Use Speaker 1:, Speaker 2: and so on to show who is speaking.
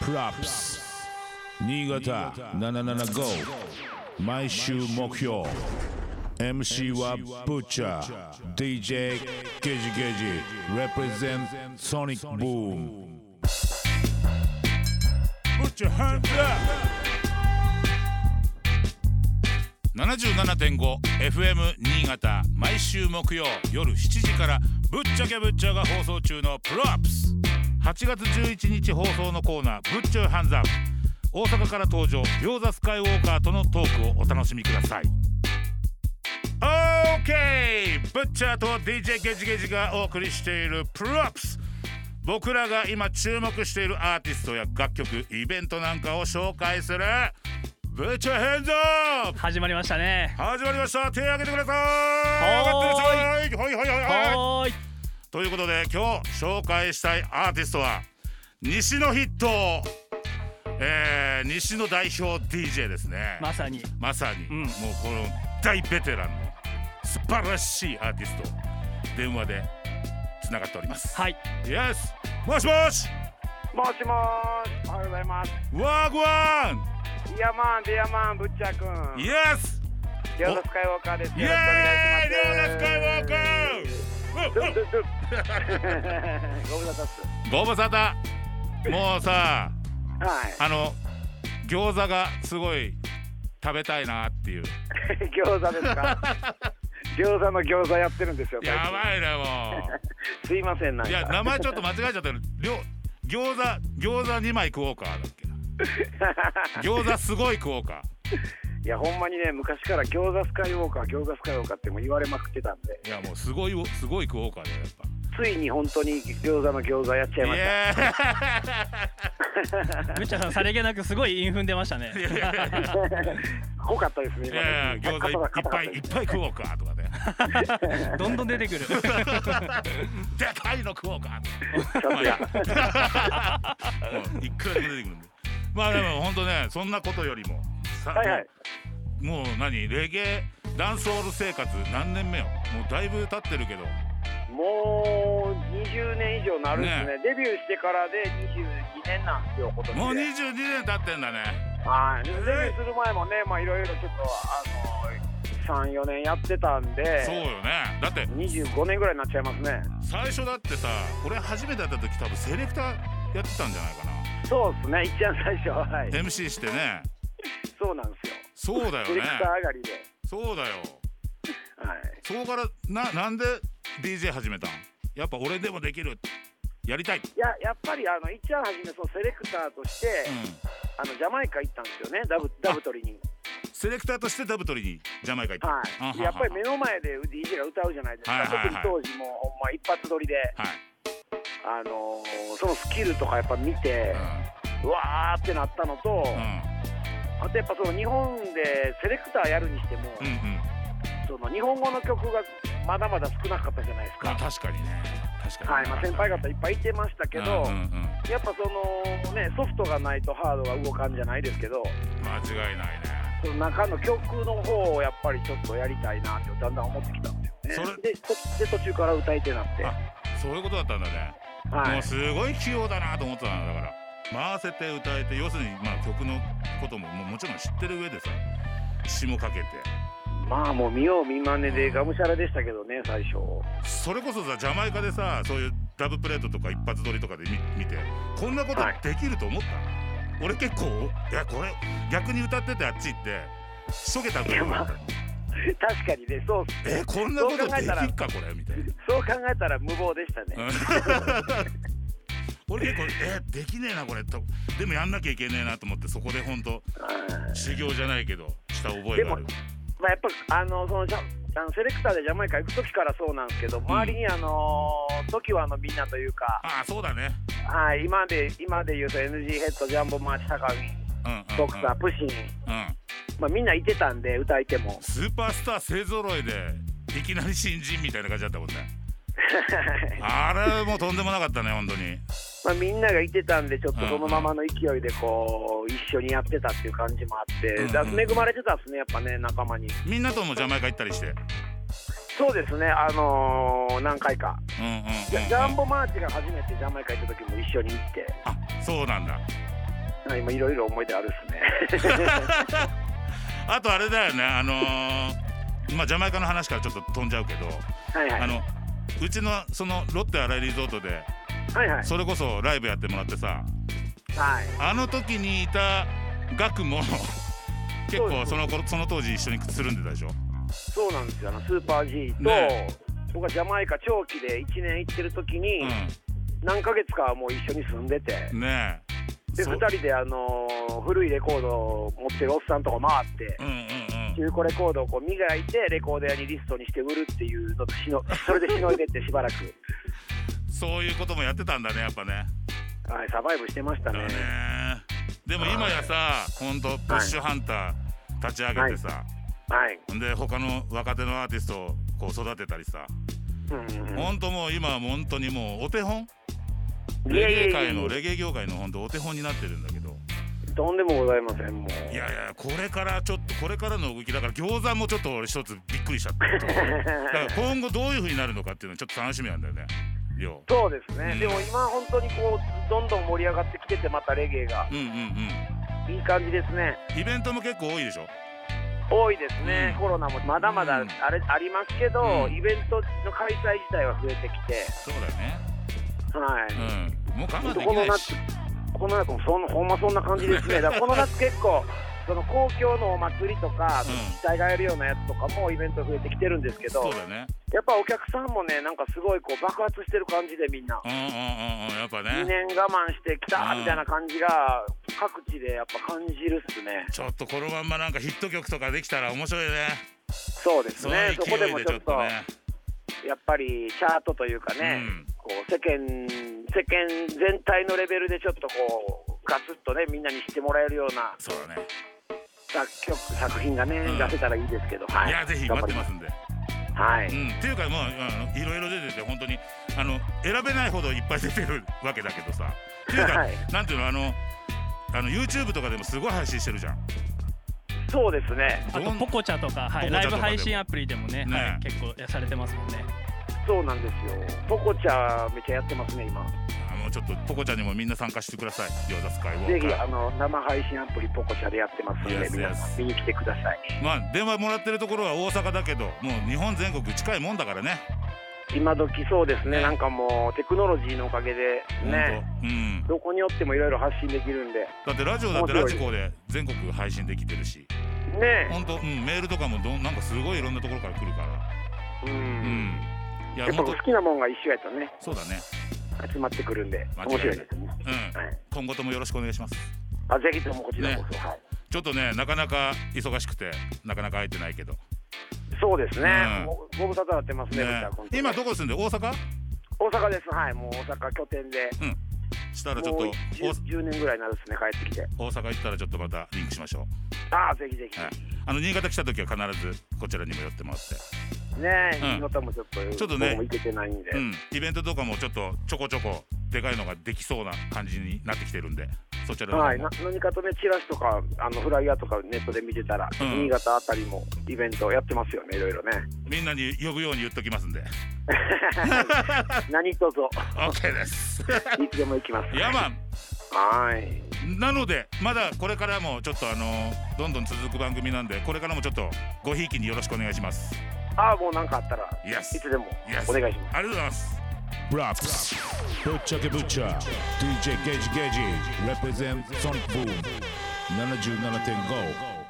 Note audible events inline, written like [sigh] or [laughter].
Speaker 1: プラップス新潟775毎週目標 MC はブッチャー DJ ゲジゲジ represent ソニックブーム Put your hands up!
Speaker 2: 77.5FM 新潟毎週木曜夜7時から「ぶっちゃけぶっちゃ」が放送中の「プロアップス」8月11日放送のコーナー「ぶっちゃハンズアップ」大阪から登場餃子スカイウォーカーとのトークをお楽しみください OK ぶっちゃと DJ ゲジゲジがお送りしている「プロアップス」僕らが今注目しているアーティストや楽曲イベントなんかを紹介する「ぶっちゃハンズアップ」
Speaker 3: 始まりましたね
Speaker 2: 始まりました手を挙げてください
Speaker 3: は
Speaker 2: 上がってくださいはいはいはいはい
Speaker 3: はーい
Speaker 2: ということで今日紹介したいアーティストは西のヒット、えー、西の代表 DJ ですね
Speaker 3: まさに
Speaker 2: まさに、
Speaker 3: うん
Speaker 2: もうこの大ベテランの素晴らしいアーティスト電話でつながっております
Speaker 3: はい
Speaker 2: イエスもしもし
Speaker 4: もしもーし、おはようございます。
Speaker 2: ワーグワン
Speaker 4: イヤマン、デヤマン、ぶっちゃくん。
Speaker 2: イエス
Speaker 4: 餃子スカイウォーカーです。
Speaker 2: イ
Speaker 4: よ
Speaker 2: エーイ
Speaker 4: ろしくお願いしま
Speaker 2: スカイ
Speaker 4: す。
Speaker 2: ウォーカー
Speaker 4: ドゥンドゥンドゥン [laughs] ご無沙汰っす。
Speaker 2: ご無沙汰もうさ
Speaker 4: はい。
Speaker 2: あの餃子がすごい食べたいなっていう
Speaker 4: 餃子ですか餃子の餃子やってるんですよ、
Speaker 2: やばいなも
Speaker 4: い。すいません、なん
Speaker 2: う
Speaker 4: か。
Speaker 2: いや名前ちょっと間違えちゃったよ餃餃子餃子2枚食おうかだっけ餃子すごい食おうか
Speaker 4: いや、ほんまにね、昔から餃子スカイウォーカー、餃子スカイウォーカーってもう言われまくってたんで、
Speaker 2: いやもうすごいをすごい食おうかだよやっぱ
Speaker 4: ついに本当に餃子の餃子やっちゃいま
Speaker 2: イ
Speaker 4: した。
Speaker 2: エ
Speaker 3: ぶっちゃさんさりげなくすごい韻踏んでましたね
Speaker 4: [laughs]
Speaker 2: [laughs]
Speaker 4: 濃かったです
Speaker 2: ーイ
Speaker 4: ね、
Speaker 2: いやいや
Speaker 4: 今
Speaker 2: 餃子い
Speaker 4: 肩
Speaker 2: っぱ
Speaker 4: が硬
Speaker 2: い
Speaker 4: か
Speaker 2: いっ
Speaker 4: たです
Speaker 2: ぱい食おうかとか
Speaker 4: [laughs]
Speaker 2: ね
Speaker 3: どんどん出てくる
Speaker 2: でかいの食おうかとか
Speaker 4: ちゃんとや
Speaker 2: もういくらでも出てくるんでまあでも本当ねそんなことよりもさ
Speaker 4: はいはい。
Speaker 2: もう何レゲエダンスホール生活何年目よもうだいぶ経ってるけど
Speaker 4: もう20年以上なるんですねデビューしてからで22年なんですよ今年で
Speaker 2: もう22年経ってんだね
Speaker 4: はいデビューする前もねまあいろいろちょっとあの34年やってたん
Speaker 2: そうよ
Speaker 4: で
Speaker 2: ねだって
Speaker 4: 25年ぐらいになっちゃいますね
Speaker 2: 最初だってさ俺初めて会った時多分セレクターやってたんじゃないか
Speaker 4: そうですね一番最初ははい
Speaker 2: な MC してね
Speaker 4: そうなんですよ
Speaker 2: そうだよ
Speaker 4: ディ
Speaker 2: ね
Speaker 4: レクター上がりで
Speaker 2: そうだよ
Speaker 4: はい
Speaker 2: そこからななんで DJ 始めたんやっぱ俺でもできるやりたい
Speaker 4: いややっぱりあの一番初めそのセレクターとして、
Speaker 2: うん
Speaker 4: あのジャマイカ行ったんですよねダブダブ取りに
Speaker 2: セレクターとしてダブ取りにジャマイカ行っ
Speaker 4: は
Speaker 2: たあ
Speaker 4: いやっぱり目の前で DJ が歌うじゃないですか、
Speaker 2: はいはいはい
Speaker 4: 特に当時もうほんま一発撮りで
Speaker 2: はい、
Speaker 4: あのーそのスキルとかやっぱ見て、うわーってなったのと、あとやっぱその日本でセレクターやるにしても、
Speaker 2: うん、うんうんうん
Speaker 4: その日本語の曲がまだまだ少なかったじゃないです
Speaker 2: まあ
Speaker 4: か、
Speaker 2: 確かにね確かに、
Speaker 4: はいまあ、先輩方いっぱいいてましたけど、
Speaker 2: うんうんうん
Speaker 4: やっぱその、ね、ソフトがないとハードが動かんじゃないですけど、
Speaker 2: 間違いないね
Speaker 4: その中の曲の方をやっぱりちょっとやりたいなってだんだん思ってきたんですよね
Speaker 2: そ。
Speaker 4: でとで途中から歌い手になって、
Speaker 2: あそういうことだったんだね、
Speaker 4: は
Speaker 2: も、
Speaker 4: いう
Speaker 2: すごい器用だなと思ってたんだから回せて歌えて要するにまあ曲のことももうもちろん知ってる上でさ詞もかけて
Speaker 4: まあもう見よう見まねでがむしゃらでしたけどね最初。
Speaker 2: それこそさジャマイカでさそういうダブプレートとか一発撮りとかで見見てこんなこと
Speaker 4: はい
Speaker 2: できると思った、俺結構いやこれ逆に歌っててあっち行ってしょげたぐらい
Speaker 4: いやまあ確かにねそうっす
Speaker 2: えこんなことで
Speaker 4: そう考え
Speaker 2: き
Speaker 4: たら
Speaker 2: っかこれみたいな。
Speaker 4: そう考えたら無謀でしたね、
Speaker 2: うん俺結構えできねえなこれとでもやんなきゃいけねえなと思ってそこで本当
Speaker 4: はい
Speaker 2: 修行じゃないけどした覚えがある
Speaker 4: でまあ、やっぱあのそのジャあのセレクターでジャマイカ行く時からそうなんですけど周りにあの時はあのみんなというか、
Speaker 2: ああそうだね
Speaker 4: はい、今で今で言うと NG ヘッドジャンボマーチ高
Speaker 2: う
Speaker 4: 木
Speaker 2: んうん、うん、
Speaker 4: ボクサープシン、
Speaker 2: うん
Speaker 4: まあ、みんないてたんで歌い手も [laughs]
Speaker 2: スーパースター勢ぞろいでいきなり新人みたいな感じだったもんねあれもうとんでもなかったね本当に
Speaker 4: まあみんながいてたんでちょっとそのままの勢いでこう一緒にやってたっていう感じもあって、だから恵まれてたんですねやっぱね仲間に
Speaker 2: みんなともジャマイカ行ったりして
Speaker 4: そうですねあのー何回か
Speaker 2: うんうんうん、うん、
Speaker 4: ジャジャンボマーチが初めてジャマイカ行った時も一緒に行って、
Speaker 2: あそうなんだ
Speaker 4: なんか今いろいろ思い出あるっ
Speaker 2: [laughs]
Speaker 4: すね
Speaker 2: あとあれだよねあのーまあジャマイカの話からちょっと飛んじゃうけど、
Speaker 4: はいはい
Speaker 2: あのうちのそのロッテ新井リゾートで
Speaker 4: はいはい
Speaker 2: それこそライブやってもらってさ
Speaker 4: はい
Speaker 2: あの時にいた額
Speaker 4: [laughs]
Speaker 2: も結
Speaker 4: そうで
Speaker 2: 構
Speaker 4: す
Speaker 2: その頃その当時一緒につるんでたでしょ
Speaker 4: そうなんですよあのスーパー G と、
Speaker 2: ね
Speaker 4: 僕はジャマイカ長期で1年行ってる時に、
Speaker 2: う
Speaker 4: 何ヶ月かはもう一緒に住んでて
Speaker 2: んねえ
Speaker 4: で
Speaker 2: そう
Speaker 4: 2人であのー古いレコードを持ってるおっさんとか回って
Speaker 2: うんうんうん
Speaker 4: 中古レコードをこう磨いてレコード屋にリストにして売るっていうのとしの [laughs] それでしのいでってしばらく、
Speaker 2: そういうこともやってたんだねやっぱね
Speaker 4: はい、サバイブしてました
Speaker 2: だ
Speaker 4: ね
Speaker 2: ねでも今やさほんとプッシュハンター立ち上げてさ、
Speaker 4: はい、
Speaker 2: で他の若手のアーティストをこう育てたりさ、
Speaker 4: うんうんうん、
Speaker 2: ほんともう今は本当にもうお手本
Speaker 4: いや
Speaker 2: レ
Speaker 4: いや
Speaker 2: ゲエ
Speaker 4: いや
Speaker 2: 界のレゲエ業界のほんとお手本になってるんだけど
Speaker 4: とんでもございませんもう
Speaker 2: い
Speaker 4: [laughs]
Speaker 2: やいやこれからちょっとこれからの動きだから餃子もちょっと俺一つびっくりしちゃっただから今後どういう風になるのかっていうのちょっと楽しみなんだよねよ
Speaker 4: そうですね、でも今本当にこうどんどん盛り上がってきててまたレゲエが
Speaker 2: ううんうんう
Speaker 4: いい感じですね
Speaker 2: んイベントも結構多いでしょ
Speaker 4: 多いですね、
Speaker 2: うん
Speaker 4: コロナもまだまだあ
Speaker 2: うん
Speaker 4: れ、ありますけど、
Speaker 2: うん
Speaker 4: イベントの開催自体は増えてきて
Speaker 2: そうだよね
Speaker 4: はい、
Speaker 2: うんもう我慢で
Speaker 4: こ
Speaker 2: き
Speaker 4: の
Speaker 2: ないし
Speaker 4: 夏この夏もそんほんまそんな感じで
Speaker 2: [laughs]
Speaker 4: すねだからこの夏結構その公共のお祭りとか
Speaker 2: うん
Speaker 4: 自治体がやるようなやつとかもイベント増えてきてるんですけど
Speaker 2: そうだね
Speaker 4: やっぱお客さんもねなんかすごいこう爆発してる感じでみんな
Speaker 2: うんうんうんうんやっぱね
Speaker 4: 2年我慢してきた
Speaker 2: うん
Speaker 4: みたいな感じが各地でやっぱ感じるっすね
Speaker 2: ちょっとこのまんまなんかヒット曲とかできたら面白いね
Speaker 4: そうです
Speaker 2: その勢
Speaker 4: ね
Speaker 2: い
Speaker 4: そこでも
Speaker 2: で
Speaker 4: ち
Speaker 2: ちょ
Speaker 4: ょっ
Speaker 2: っ
Speaker 4: と
Speaker 2: とね
Speaker 4: やっぱりチャートというかね、
Speaker 2: うん
Speaker 4: こう世間世間全体のレベルでちょっとこうガツッとねみんなに知ってもらえるような
Speaker 2: そうだね
Speaker 4: 作曲作品がね、
Speaker 2: ん
Speaker 4: 出せたらいいですけど、はい
Speaker 2: やぜひ待ってますんで
Speaker 4: 頑張りますはい、
Speaker 2: うん、っていうかもうあのいろいろ出てて本当にあの選べないほどいっぱい出てるわけだけどさっていうか、
Speaker 4: はい
Speaker 2: なんていうのあのあの YouTube とかでもすごい配信してるじゃん
Speaker 4: そうですね
Speaker 3: あ
Speaker 2: ど
Speaker 3: と
Speaker 2: ん
Speaker 3: ポコチャとか、は
Speaker 2: ポコチャとかで
Speaker 3: い、
Speaker 2: も
Speaker 3: ライブ配信アプリでもね
Speaker 2: ね
Speaker 3: はい、結構やされてますもんね
Speaker 4: そうなんですよポコチャめっちゃやってますね今
Speaker 2: あのちょっとポコちゃんにもみんな参加してください餃子スカイウォ
Speaker 4: ぜ
Speaker 2: ーカ
Speaker 4: ひ
Speaker 2: ー
Speaker 4: あの生配信アプリポコチャでやってますので
Speaker 2: Yes,
Speaker 4: 皆さ
Speaker 2: yes.
Speaker 4: ん見に来てください
Speaker 2: まあ電話もらってるところは大阪だけどもう日本全国近いもんだからね
Speaker 4: 今時そうですね
Speaker 2: ね
Speaker 4: なんかもうテクノロジーのおかげで
Speaker 2: ほん
Speaker 4: ね
Speaker 2: とうん
Speaker 4: どこによってもいろいろ発信できるんで
Speaker 2: だってラジオだってラ
Speaker 4: 面白い
Speaker 2: ジコで全国配信できてるし
Speaker 4: ね
Speaker 2: 本当、うん、メールとかもどんなんかすごいいろんなところから来るから
Speaker 4: う
Speaker 2: う
Speaker 4: ん、
Speaker 2: んいや
Speaker 4: やっぱ
Speaker 2: 本
Speaker 4: 好
Speaker 2: 当
Speaker 4: きなもんが一緒やとね
Speaker 2: そうだね
Speaker 4: 集まってくるんで
Speaker 2: 間違いない
Speaker 4: 面白いですね
Speaker 2: うん
Speaker 4: はい
Speaker 2: 今後ともよろしくお願いします
Speaker 4: あぜひともこちらこそ、はい
Speaker 2: ちょっとねなかなか忙しくてなかなか会えてないけど、
Speaker 4: そうですね
Speaker 2: うん、
Speaker 4: もうご無沙汰になってます
Speaker 2: ね
Speaker 4: ね、こちら
Speaker 2: 今どこ住んでる大阪
Speaker 4: 大阪です、はい、もう大阪拠点で、
Speaker 2: したらちょっと
Speaker 4: もう 10, 10年ぐらいになるですね、帰ってきて、
Speaker 2: 大大阪行ったらちょっとまたリンクしましょ
Speaker 4: ああ、ぜひぜひ、
Speaker 2: う、はい、あの新潟来た時は必ずこちらにも寄ってもらって、
Speaker 4: ねえ、
Speaker 2: うん
Speaker 4: 新潟もちょっと、
Speaker 2: ちょっとね
Speaker 4: 僕も行けてないんで、
Speaker 2: うん、イベントとかもちょっとちょこちょこでかいのができそうな感じになってきてるんでそちらの
Speaker 4: はい、
Speaker 2: 方
Speaker 4: な
Speaker 2: も
Speaker 4: 何かとね、チラシとか、あのフライヤーとかネットで見てたら、
Speaker 2: うん
Speaker 4: 新潟あたりもイベントやってますよね、いろ
Speaker 2: [laughs]
Speaker 4: いろね。
Speaker 2: みんなに呼ぶように言っときますんで
Speaker 4: 何卒
Speaker 2: OK
Speaker 4: [laughs]
Speaker 2: です
Speaker 4: いつでも行きます。
Speaker 2: ヤマン
Speaker 4: はい、
Speaker 2: なのでまだこれからもちょっとあのどんどん続く番組なんでこれからもちょっとごひいきによろしくお願いします
Speaker 4: ああ、もう何かあったら、
Speaker 2: Yes
Speaker 4: いつでも
Speaker 2: Yes
Speaker 4: お願いします。
Speaker 2: ありがとうございます
Speaker 1: Props. Butcher ke Butcher. DJ Gage Gage. Represent Sonic Boom. 77.5.